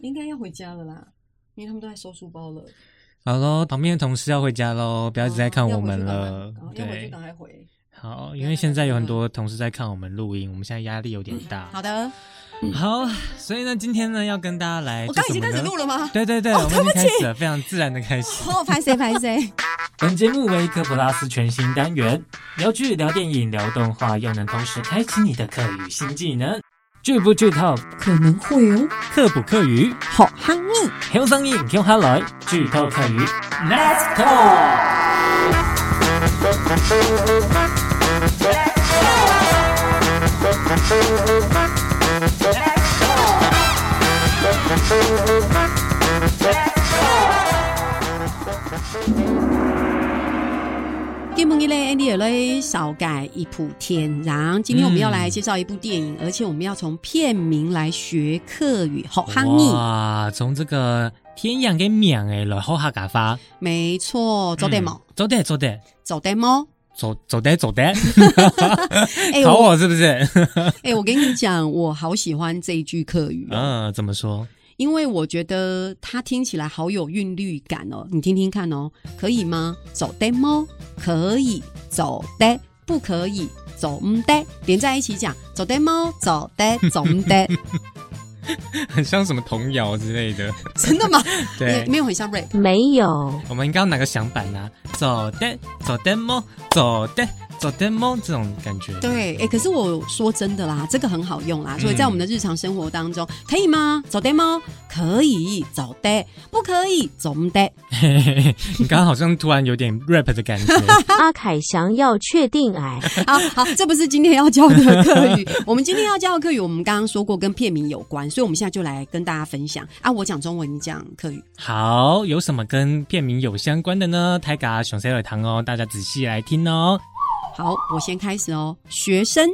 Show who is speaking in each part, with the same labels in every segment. Speaker 1: 应该要回家了啦，因为他们都在收书包了。
Speaker 2: 好喽，旁边的同事要回家喽，不要一直在看我们
Speaker 1: 哦
Speaker 2: 了。
Speaker 1: 要回去
Speaker 2: 对
Speaker 1: 赶，快回。
Speaker 2: 好，因为现在有很多同事在看我们录音，我们现在压力有点大。
Speaker 1: 好的，
Speaker 2: 好，所以呢，今天呢要跟大家来，
Speaker 1: 我刚已经
Speaker 2: 就
Speaker 1: 开
Speaker 2: 是
Speaker 1: 始
Speaker 2: 们呢
Speaker 1: 录了哦吗？
Speaker 2: 对对对，我们已经开始了，非常自然的开始。
Speaker 1: 哦，拍谁拍谁？
Speaker 2: 本节目为科普拉斯全新单元，聊剧、聊电影、聊动画，又能同时开启你的课语新技能。剧不剧透，
Speaker 1: 可能会哦，
Speaker 2: 课不课语，
Speaker 1: 好憨腻。
Speaker 2: 听声音听下来，剧透课语，Let's go。
Speaker 1: 电梦一类 Andy 有类少改一普天壤。今天我们要来介绍一部电影，而且我们要从片名来学客语，好憨腻。
Speaker 2: 哇，从这个天养给免诶，然后哈嘎发，
Speaker 1: 没错，走得猫，
Speaker 2: 嗯，走得走得
Speaker 1: 走得猫。
Speaker 2: 走走得走得，
Speaker 1: 哎、
Speaker 2: 考
Speaker 1: 我
Speaker 2: 我是 不是？
Speaker 1: 哎、我跟你讲，我好喜欢这一句客语、哦，
Speaker 2: 嗯，怎么说？
Speaker 1: 因为我觉得它听起来好有韵律感哦。你听听看哦，可以吗？走得猫可以，走得不可以，走唔得，连在一起讲，走得猫，走得走唔得，
Speaker 2: 很 像什么童谣之类的。
Speaker 1: 真的吗？
Speaker 2: 对
Speaker 1: 没，没有很像 rap。
Speaker 3: 没有，
Speaker 2: 我们应该要拿个响板啦，走的走的么，走的走的么，这种感觉。
Speaker 1: 对，哎、可是我说真的啦，这个很好用啦，所以
Speaker 2: 嗯
Speaker 1: 在我们的日常生活当中，可以吗？走得吗？可以，走得，不可以，走唔得。
Speaker 2: 嘿嘿嘿， 你刚刚好像突然有点 rap 的 感觉。
Speaker 3: 阿凯翔要确定哎 癌，
Speaker 1: 好啊好，这不是今天要教的课语。 我们今天要教的课语，我们刚刚说过跟片名有关，所以我们现在就来跟大家分享啊。我讲中文，你讲课语。
Speaker 2: 好，有什么跟片名有相关的呢？泰嘎熊塞尔堂哦，大家仔细来听哦。
Speaker 1: 好，我先开始哦。学生，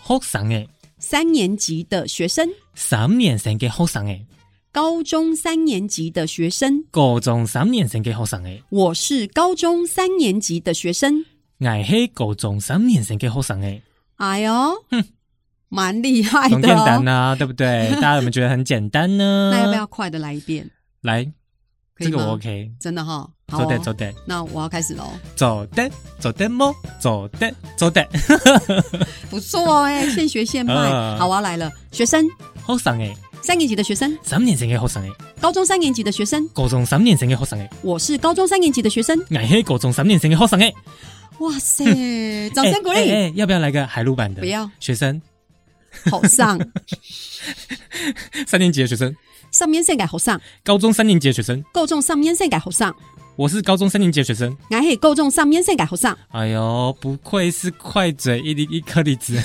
Speaker 2: 好上诶，
Speaker 1: 三年级的学生，
Speaker 2: 三年生嘅好上诶，
Speaker 1: 高中三年级的学生，
Speaker 2: 高中三年生嘅好上诶，
Speaker 1: 我是高中三年级的学生。
Speaker 2: 我系高中三年生嘅好上诶，
Speaker 1: 哎呦，蛮厉害
Speaker 2: 很
Speaker 1: 的、
Speaker 2: 简单
Speaker 1: 哦。
Speaker 2: 啊，对不 对？大家有没有觉得很简单呢？
Speaker 1: 那要不要快的来一遍？
Speaker 2: 来？
Speaker 1: 可以
Speaker 2: 这个
Speaker 1: 吗？
Speaker 2: 我 OK。
Speaker 1: 真的哈、好、
Speaker 2: 走
Speaker 1: 哦
Speaker 2: 的，走的，
Speaker 1: 那我要开始喽。
Speaker 2: 走的，走的么，走的，走的，
Speaker 1: 不错哎、现学现卖。
Speaker 2: 啊
Speaker 1: 好，我要来了。学生，
Speaker 2: 好上诶，
Speaker 1: 三年级的学生，
Speaker 2: 三年生嘅好上诶，
Speaker 1: 高中三年级的学生，
Speaker 2: 高中三年生嘅好上诶，
Speaker 1: 我是高中三年级的学生。
Speaker 2: 我系高中三年生嘅好上诶。
Speaker 1: 哇塞， 掌声鼓
Speaker 2: 哎哎
Speaker 1: 励！
Speaker 2: 哎要不要来个海陆版的？
Speaker 1: 不要。
Speaker 2: 学生，
Speaker 1: 好上，
Speaker 2: 三年级的学生，
Speaker 1: 上面线改好上，
Speaker 2: 高中三年级的学生，
Speaker 1: 够中上面线改好上，
Speaker 2: 我是高中三年级的学生。
Speaker 1: 俺嘿够中上面线改好上。
Speaker 2: 哎呦，不愧是快嘴一粒一颗粒子。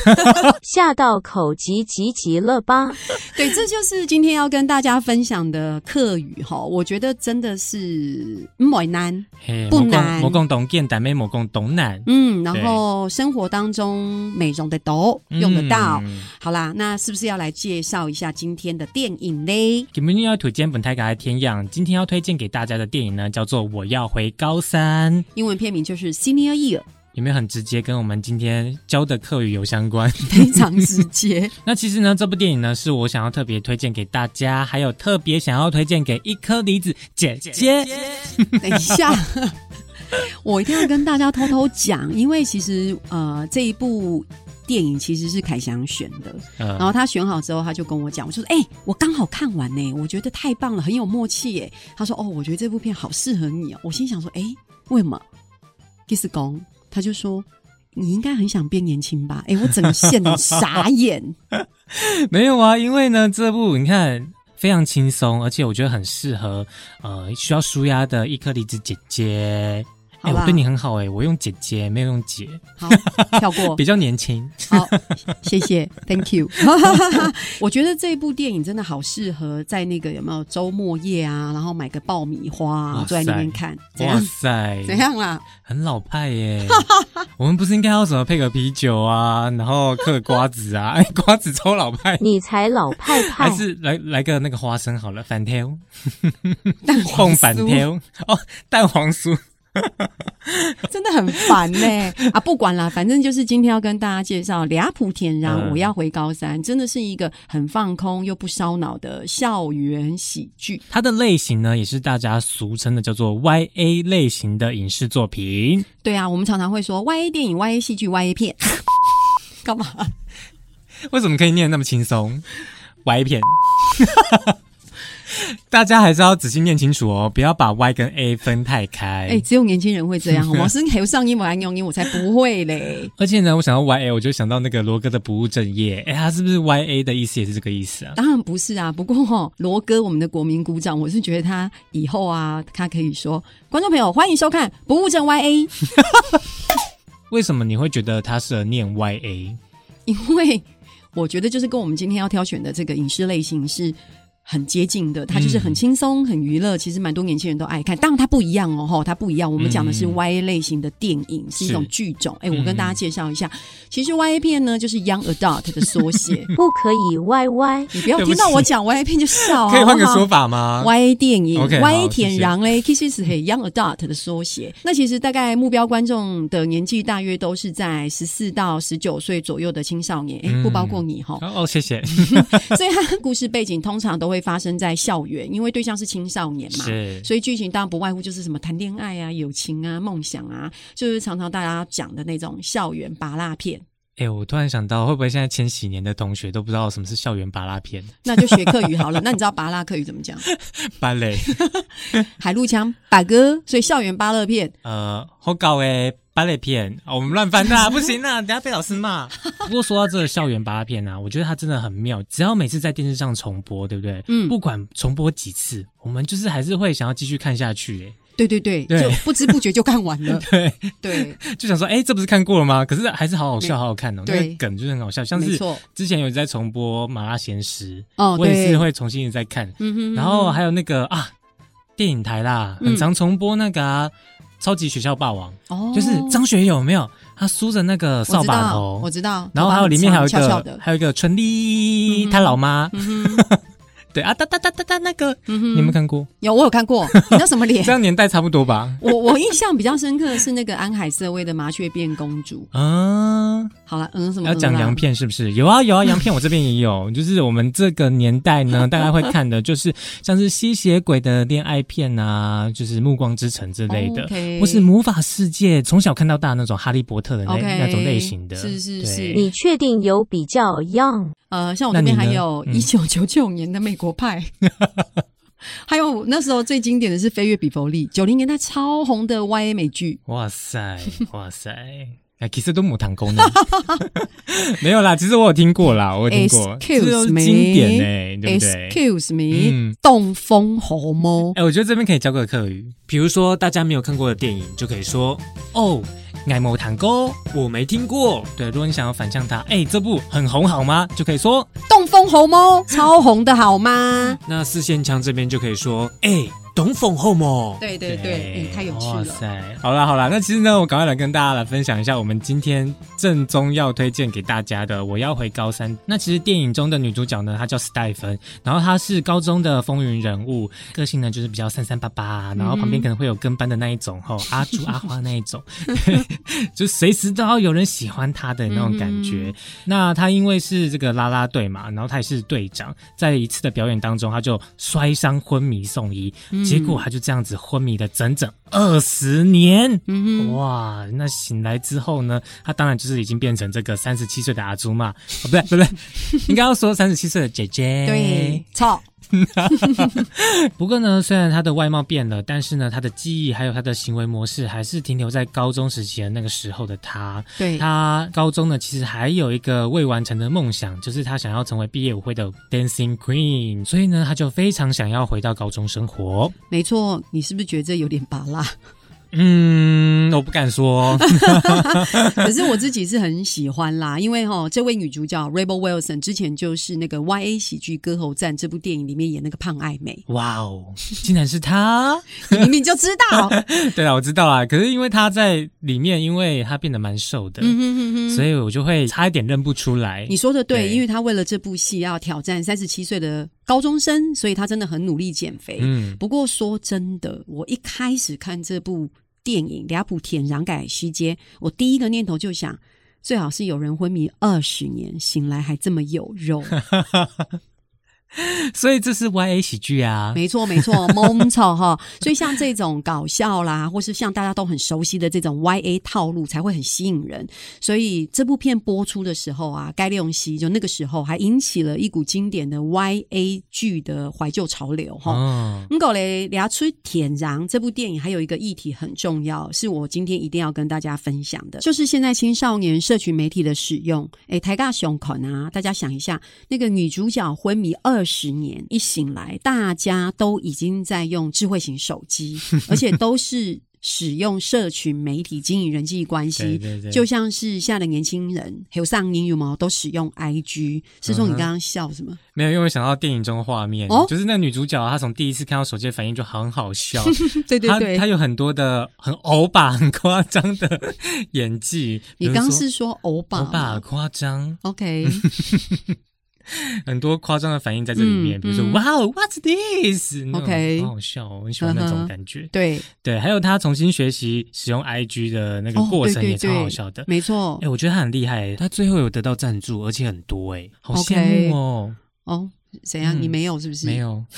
Speaker 3: 吓到口急急急了吧？
Speaker 1: 对，这就是今天要跟大家分享的客语哈。我觉得真的是嗯为难，
Speaker 2: 嘿
Speaker 1: 不
Speaker 2: 某共
Speaker 1: 难
Speaker 2: 某共懂见，但妹某共懂难，
Speaker 1: 嗯，然后生活当中美容的都用得到。
Speaker 2: 嗯
Speaker 1: 好啦，那是不是要来介绍一下今天的电影嘞？
Speaker 2: 我们要推荐本台给的天样，今天要推荐给大家的电影呢，叫做《我要回高三》，
Speaker 1: 英文片名就是《Senior Year》，
Speaker 2: 有没有很直接跟我们今天教的课语有相关？
Speaker 1: 非常直接。
Speaker 2: 那其实呢，这部电影呢是我想要特别推荐给大家，还有特别想要推荐给一颗梨子姐姐。
Speaker 1: 等一下， 我一定要跟大家偷偷讲，因为其实呃这一部电影其实是凯翔选的，然
Speaker 2: 呃，
Speaker 1: 后他选好之后他就跟我讲，我就说哎、我刚好看完呢、我觉得太棒了，很有默契耶、他说哦，我觉得这部片好适合你哦、我心想说哎、为什么？Kiss 公，他就说。你应该很想变年轻吧？哎、我整个陷得傻眼。
Speaker 2: 没有啊，因为呢，这部你看非常轻松，而且我觉得很适合呃需要舒压的一颗梨子姐姐。 哎、
Speaker 1: 好吧
Speaker 2: 我对你很好哎、我用姐姐没有用姐，
Speaker 1: 好，跳过
Speaker 2: 比。较年轻。
Speaker 1: 好，谢谢，Thank you。我觉得这部电影真的好适合在那个有没有周末夜啊，然后买个爆米花、啊
Speaker 2: 哇，
Speaker 1: 坐在那边看，怎
Speaker 2: 哇
Speaker 1: 样？
Speaker 2: 塞，
Speaker 1: 怎样啊啦？
Speaker 2: 很老 派耶！我们不是应该要什么配个啤酒啊，然后嗑个瓜子啊？ 哎，瓜子超老派，
Speaker 3: 你才老派
Speaker 2: 还
Speaker 3: 派，
Speaker 2: 是来来个那个花生好了，反挑
Speaker 1: 蛋
Speaker 2: 碰
Speaker 1: 黄
Speaker 2: 反
Speaker 1: 酥
Speaker 2: 挑哦，蛋黄酥。
Speaker 1: 真的很烦呢、啊！不管啦，反正就是今天要跟大家介绍俩普田然，
Speaker 2: 嗯
Speaker 1: 我要回高三，真的是一个很放空又不烧脑的校园喜剧。
Speaker 2: 它的类型呢，也是大家俗称的叫做 Y A 类型的影视作品。
Speaker 1: 对啊，我们常常会说 Y A 电影、Y A 戏剧、Y A 片， 干嘛？
Speaker 2: 为什么可以念得那么轻松？Y 片， 大家还是要仔细念清楚哦，不要把 Y 跟 A 分太开。
Speaker 1: 哎、只有年轻人会这样，哦 好吗？是还有上英文、安用英，我才不会嘞。
Speaker 2: 而且呢，我想到 Y A，我就想到那个罗哥的不务正业。哎，他是不是 Y A 的意思也是这个意思啊？
Speaker 1: 当然不是啊，不过哈、罗哥，我们的国民鼓掌，我是觉得他以后啊，他可以说，观众朋友欢迎收看《不务正 Y A》，
Speaker 2: 为什么你会觉得他适合念 Y A？
Speaker 1: 因为我觉得就是跟我们今天要挑选的这个影视类型是。很接近的，它就是很轻松、很娱乐，其实蛮多年轻人都爱看。当然它不一样哦，吼，它不一样。我们讲的是
Speaker 2: 嗯
Speaker 1: Y A 类型的电影，是一种
Speaker 2: 是
Speaker 1: 剧种。哎、
Speaker 2: 嗯
Speaker 1: 我跟大家介绍一下，其实 Y A 片呢就是 Young Adult 的缩写。
Speaker 3: 不可以歪歪。
Speaker 1: 你不要
Speaker 2: 对不
Speaker 1: 听
Speaker 2: 起
Speaker 1: 到我讲 Y A 片就笑、啊，
Speaker 2: 可以换个
Speaker 1: 好不好
Speaker 2: 说法吗？
Speaker 1: Y 电影
Speaker 2: OK，好
Speaker 1: ，Y
Speaker 2: 谢谢
Speaker 1: 田然嘞，Kisses 是 Young Adult 的缩写。那其实大概目标观众的年纪大约都是在十四到十九岁左右的青少年，哎、
Speaker 2: 嗯
Speaker 1: 不包括你 哈。
Speaker 2: 哦哦，谢谢。
Speaker 1: 所以它的故事背景通常都会发生在校园，因为对象是青少年嘛。
Speaker 2: 是
Speaker 1: 所以剧情当然不外乎就是什么谈恋爱啊、友情啊、梦想啊，就是常常大家讲的那种校园拔蜡片。
Speaker 2: 哎、我突然想到，会不会现在千禧年的同学都不知道什么是校园巴拉片、
Speaker 1: 那就学课语好 了。那你知道拔蜡课语怎么讲？
Speaker 2: 芭蕾？
Speaker 1: 海陆腔，把哥。所以校园芭乐片，
Speaker 2: 呃，好搞诶，芭蕾片啊、我们乱翻 啦，不行啊啦，等下被老师骂。不过说到这个校园芭拉片啊，我觉得它真的很妙，只要每次在电视上重播，对不对？
Speaker 1: 嗯
Speaker 2: 不管重播几次，我们就是还是会想要继续看下去、
Speaker 1: 对对对，
Speaker 2: 对
Speaker 1: 就不知不觉就看完 了。
Speaker 2: 诶，
Speaker 1: 对，
Speaker 2: 对，就想说，哎、这不是看过了吗？可是还是好好笑，好好看哦，那
Speaker 1: 对
Speaker 2: 个梗就是很好笑，像
Speaker 1: 没
Speaker 2: 是
Speaker 1: 错。
Speaker 2: 之前有在重播《麻辣鲜师》
Speaker 1: 哦，
Speaker 2: 我也
Speaker 1: 对，
Speaker 2: 是会重新再看。
Speaker 1: 嗯哼，嗯哼
Speaker 2: 然后还有那个啊，电影台啦，
Speaker 1: 嗯
Speaker 2: 很常重播那个、啊超级学校霸王》
Speaker 1: 哦，
Speaker 2: 就是张学友有没有？他梳着那个扫把头
Speaker 1: 我，知道，我知道。
Speaker 2: 然后还有里面还有一
Speaker 1: 翘翘
Speaker 2: 个
Speaker 1: 的，
Speaker 2: 还有一个春
Speaker 1: 嗯
Speaker 2: 丽，
Speaker 1: 哼
Speaker 2: 他老妈，
Speaker 1: 嗯哼，
Speaker 2: 对啊，哒哒哒哒哒，那个
Speaker 1: 嗯哼，
Speaker 2: 你们看过？
Speaker 1: 有我有看 过，你那什么脸
Speaker 2: 这？样年代差不多吧？
Speaker 1: 我我印象比较深刻的是那个安海瑟薇的《麻雀变公主》。
Speaker 2: 啊，
Speaker 1: 好了，嗯，什么
Speaker 2: 要讲
Speaker 1: 嗯啦
Speaker 2: 洋片是不是？有啊 有啊，洋片我这边也有，就是我们这个年代呢，大家会看的就是像是吸血鬼的恋爱片啊，就是《暮光之城》之类的，
Speaker 1: 哦 OK
Speaker 2: 或是魔法世界从小看到大那种哈利波特的那
Speaker 1: OK
Speaker 2: 那种类型的，
Speaker 1: 是是
Speaker 2: 对
Speaker 1: 是
Speaker 3: 你确定有比较 young？
Speaker 1: 呃，像我这边
Speaker 2: 那
Speaker 1: 还
Speaker 2: 你呢
Speaker 1: 有
Speaker 2: 嗯
Speaker 1: 一九九九年的《美国派》。 还有那时候最经典的是《飞跃比佛利》，九零年代超红的 YA 美剧，
Speaker 2: 哇塞 哇塞。哎，其实都没谈功呢，没有啦。其实我有听过啦，我有听
Speaker 1: Excuse
Speaker 2: 过，这都是经典哎、对不对？
Speaker 1: Excuse me，、
Speaker 2: 嗯
Speaker 1: 东风红猫。
Speaker 2: 哎、我觉得这边可以教个课语，比如说大家没有看过的电影，就可以说哦，爱某坦沟，我没听过。对，如果你想要反向它，哎、这部很红好吗？就可以说。
Speaker 1: 东风红猫超红的好吗？
Speaker 2: 那四线腔这边就可以说，哎、懂粉后吗？
Speaker 1: 对对对哎太有趣了
Speaker 2: 哇塞，好啦好啦，那其实呢，我赶快来跟大家来分享一下我们今天正宗要推荐给大家的《我要回高三》。那其实电影中的女主角呢，她叫史黛芬，然后她是高中的风云人物，个性呢就是比较三三八八，然后旁
Speaker 1: 嗯
Speaker 2: 边可能会有跟班的那一种吼、阿朱阿花那一 种， 就随时都要有人喜欢她的那种感
Speaker 1: 嗯
Speaker 2: 觉。那她因为是这个啦啦队嘛，然后她也是队长，在一次的表演当中，她就摔伤昏迷送医，
Speaker 1: 嗯
Speaker 2: 结果她就这样子昏迷了整整二十年。
Speaker 1: 嗯哼，
Speaker 2: 哇，那醒来之后呢？她当然就是已经变成这个三十七岁的阿朱嘛，哦，不对 不对，应该要说三十七岁的姐姐。
Speaker 1: 对，，操，
Speaker 2: 不过呢，虽然他的外貌变了，但是呢，他的记忆还有他的行为模式还是停留在高中时期的那个时候的他。
Speaker 1: 对，
Speaker 2: 他高中呢，其实还有一个未完成的梦想，就是他想要成为毕业舞会的 dancing queen，所以呢，他就非常想要回到高中生活。
Speaker 1: 没错，你是不是觉得这有点拔辣？
Speaker 2: 嗯，我不敢说，
Speaker 1: 可是我自己是很喜欢啦，因为哈、这位女主角 Rebel Wilson 之前就是那个 Y A 喜剧《歌喉战》这部电影里面演那个胖爱美，
Speaker 2: 哇哦，竟然是他！
Speaker 1: 你明明就知道，
Speaker 2: 对了，我知道啦，可是因为他在里面，因为他变得蛮瘦的，
Speaker 1: 嗯哼哼哼。
Speaker 2: 所以我就会差一点认不出来。
Speaker 1: 你说的对，
Speaker 2: 对
Speaker 1: 因为她为了这部戏要挑战三十七岁的高中生，所以她真的很努力减肥。
Speaker 2: 嗯，
Speaker 1: 不过说真的，我一开始看这部。电影《俩普天然改西街》，我第一个念头就想，最好是有人昏迷二十年，醒来还这么有肉。
Speaker 2: 所以这是 Y A 喜剧啊，
Speaker 1: 没错，没错，蒙丑哈。所以像这种搞笑啦，或是像大家都很熟悉的这种 Y A 套路，才会很吸引人。所以这部片播出的时候啊，该利用西就那个时候还引起了一股经典的 Y A 剧的怀旧潮流哈。
Speaker 2: 哦，
Speaker 1: 嗯，狗嘞，聊出舔瓤这部电影还有一个议题很重要，是我今天一定要跟大家分享的，就是现在青少年社群媒体的使用。诶，抬尬熊口啊，大家想一下，那个女主角昏迷二十年，一醒来，大家都已经在用智慧型手 机，而且都是。使用社群媒体经营人际关系，
Speaker 2: 对对对，
Speaker 1: 就像是现在的年轻人，还有上英语毛都使用 IG。是
Speaker 2: 啊
Speaker 1: 说你刚刚笑什么？
Speaker 2: 没有，因为我想到电影中的画面，
Speaker 1: 哦
Speaker 2: 就是那女主角她从第一次看到手机的反应就很好 笑，
Speaker 1: 对对对
Speaker 2: 她她，有很多的很欧巴、很夸张的 演技。
Speaker 1: 你
Speaker 2: 比如
Speaker 1: 刚刚
Speaker 2: 说
Speaker 1: 是说欧巴
Speaker 2: 欧
Speaker 1: 吗？
Speaker 2: 巴夸张，
Speaker 1: OK，
Speaker 2: 很多夸张的反应在这里面，
Speaker 1: 嗯
Speaker 2: 比如说
Speaker 1: 嗯
Speaker 2: 哇哦，What's this？那种
Speaker 1: OK
Speaker 2: 好好笑哦，我很喜欢那
Speaker 1: 嗯
Speaker 2: 种
Speaker 1: 哼
Speaker 2: 感觉。
Speaker 1: 对，
Speaker 2: 对，还有她重新学习使用 IG 的那个
Speaker 1: 哦
Speaker 2: 过
Speaker 1: 对
Speaker 2: 程
Speaker 1: 对
Speaker 2: 也超
Speaker 1: 对
Speaker 2: 好笑的。
Speaker 1: 没错
Speaker 2: 哎、。我觉得他很厉害，他最后有得到赞助，而且很多哎，好
Speaker 1: OK
Speaker 2: 羡慕哦。
Speaker 1: 哦，怎样？
Speaker 2: 嗯
Speaker 1: 你没有是不是？
Speaker 2: 没，有，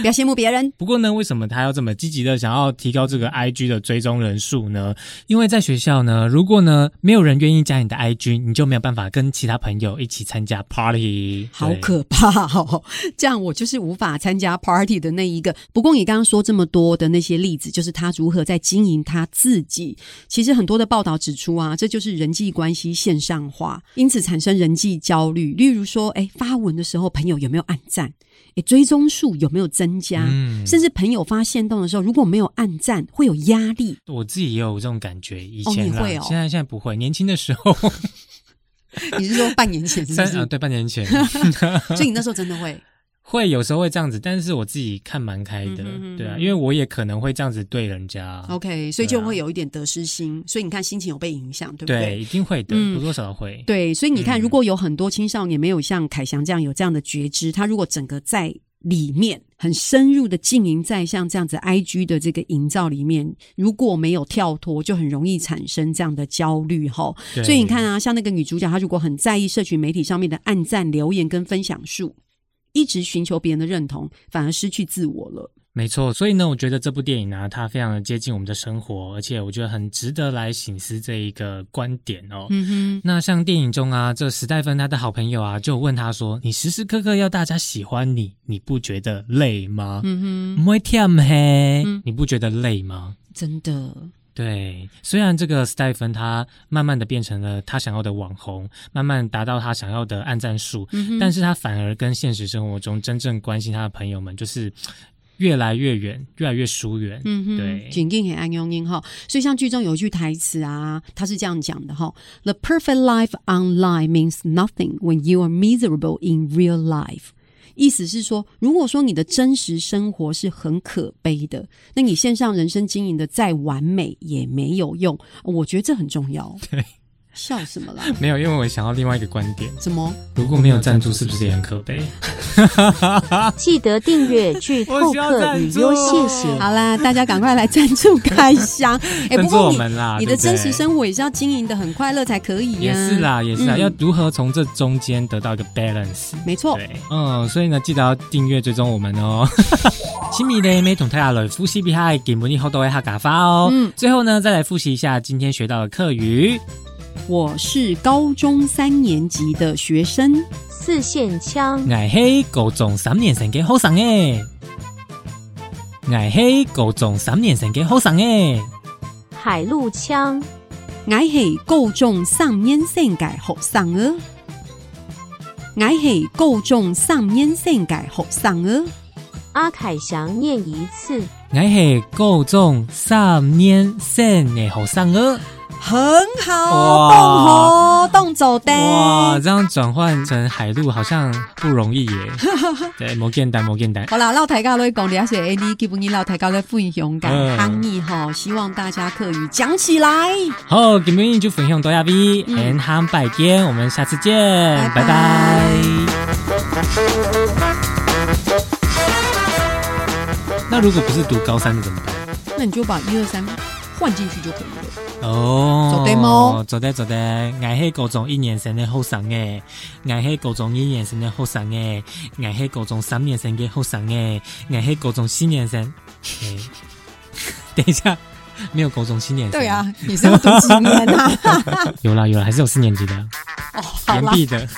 Speaker 1: 不要羡慕别 人。
Speaker 2: 不过呢，为什么他要这么积极的想要提高这个 IG 的追踪人数呢？因为在学校呢，如果呢没有人愿意加你的 IG，你就没有办法跟其他朋友一起参加 party，
Speaker 1: 好
Speaker 2: 对
Speaker 1: 可怕哦！这样我就是无法参加 party 的那一个。不过你刚刚说这么多的那些例子，就是他如何在经营他自己。其实很多的报道指出啊，这就是人际关系线上化，因此产生人际焦虑。例如说，哎，发文的时候朋友有没有按赞？哎，追踪数有没有增加？
Speaker 2: 嗯
Speaker 1: 甚至朋友发现动的时候，如果没有按赞，会有压力。
Speaker 2: 我自己也有这种感觉，以
Speaker 1: 哦
Speaker 2: 前
Speaker 1: 你
Speaker 2: 啦，
Speaker 1: 会哦
Speaker 2: 现在现在不会，年轻的时 候，
Speaker 1: 你是说半年前是
Speaker 2: 三
Speaker 1: 不
Speaker 2: 啊、
Speaker 1: 是？
Speaker 2: 对半 年前
Speaker 1: 所以你那时候真的会。
Speaker 2: 会有时候会这样子，但是我自己看蛮开的，
Speaker 1: 嗯哼嗯哼哦
Speaker 2: 对啊，因为我也可能会这样子对人家
Speaker 1: OK，所以
Speaker 2: 对啊
Speaker 1: 就会有一点得失心，所以你看心情有被影响，对不
Speaker 2: 对，
Speaker 1: 对？
Speaker 2: 一定会的，
Speaker 1: 嗯
Speaker 2: 多多少少会。
Speaker 1: 对，所以你看，
Speaker 2: 嗯
Speaker 1: 如果有很多青少年没有像凯翔这样有这样的觉知，他如果整个在里面很深入的经营在像这样子 IG 的这个营造里面，如果没有跳脱，就很容易产生这样的焦虑哈。
Speaker 2: 对
Speaker 1: 所以你看啊，像那个女主角，她如果很在意社群媒体上面的按赞、留言跟分享数，一直寻求别人的认同，反而失去自我了。
Speaker 2: 没错，所以呢，我觉得这部电影呢、它非常的接近我们的生活，而且我觉得很值得来醒思这一个观点哦。
Speaker 1: 嗯
Speaker 2: 那像电影中啊，这史黛芬她的好朋友啊，就问他说：“你时时刻刻要大家喜欢你，你不觉得累吗
Speaker 1: 哼，？嗯哼，
Speaker 2: 不会跳嘿
Speaker 1: 嗯，
Speaker 2: 你不觉得累吗？”
Speaker 1: 真的，
Speaker 2: 对，虽然这个史黛芬她慢慢的变成了她想要的网红，慢慢达到她想要的按赞数，
Speaker 1: 嗯哼
Speaker 2: 但是她反而跟现实生活中真正关心她的朋友们，就是越来越远，越来越疏远。
Speaker 1: 嗯哼，
Speaker 2: 对
Speaker 1: 紧跟很安庸音哈。所以像剧中有一句台词啊，他是这样讲的哈：The perfect life online means nothing when you are miserable in real life。意思是说，如果说你的真实生活是很可悲的，那你线上人生经营的再完美也没有用。我觉得这很重要。笑什么啦？
Speaker 2: 没有，因为我想要另外一个观点，
Speaker 1: 怎么？
Speaker 2: 如果没有赞助，是不是也很可悲？啊
Speaker 3: 记得订阅剧透
Speaker 2: 我需要
Speaker 3: 客
Speaker 2: 赞
Speaker 3: 与
Speaker 2: 助
Speaker 3: 优，谢谢。
Speaker 1: 好啦，大家赶快来赞助开箱。哎、不
Speaker 2: 赞助
Speaker 1: 过
Speaker 2: 我
Speaker 1: 你
Speaker 2: 们啦，
Speaker 1: 你
Speaker 2: 啊对
Speaker 1: 的
Speaker 2: 不
Speaker 1: 真实
Speaker 2: 对
Speaker 1: 生活也是要经营的很快乐才可以呀、
Speaker 2: 也是啦，也是啦，
Speaker 1: 嗯
Speaker 2: 要如何从这中间得到一个 balance？
Speaker 1: 没错。
Speaker 2: 对，嗯，所以呢，记得要订阅追踪我们哦。亲密的美同泰亚伦夫西比海给摩尼后都会哈嘎发哦。
Speaker 1: 嗯
Speaker 2: 最后呢，再来复习一下今天学到的课语。
Speaker 1: 我是高中三年级的学生，
Speaker 3: 四线腔。
Speaker 2: 矮黑狗总三年神给好上诶，矮黑狗总三年神给好欸上诶，
Speaker 3: 海陆腔、
Speaker 1: 我系高中三年生嘅学生啊！我系高中三年生嘅学生啊！
Speaker 3: 阿凯翔念一次。
Speaker 2: 矮黑狗总三年神给好上哦。
Speaker 1: 很
Speaker 2: 哇
Speaker 1: 好，动喉动走的。
Speaker 2: 哇，这样转换成海陆好像不容易耶。对，摩健丹摩健丹。
Speaker 1: 好啦，老台教咧讲，了解 A D，基本你老台教咧分享
Speaker 2: 嗯
Speaker 1: 感翻译吼，希望大家课语讲起来。
Speaker 2: 好，今天就分享到这里，
Speaker 1: 嗯
Speaker 2: 下行拜见，我们下次见，
Speaker 1: 拜拜
Speaker 2: 拜拜那如果不是读高三的怎么办？
Speaker 1: 那你就把一二三换进去就可以了。
Speaker 2: 哦，
Speaker 1: 走对吗
Speaker 2: 走对走对，爱黑狗总一年生的后生诶，爱黑狗总一年生的后生诶，爱黑狗总三年生的后生诶，爱黑狗总七年生。诶等一下，没有狗总七年生。
Speaker 1: 对，啊，你是要读几年啊？
Speaker 2: 有啦有啦，还是有四年级的，
Speaker 1: 哦，好
Speaker 2: 延
Speaker 1: 啦，
Speaker 2: 毕的。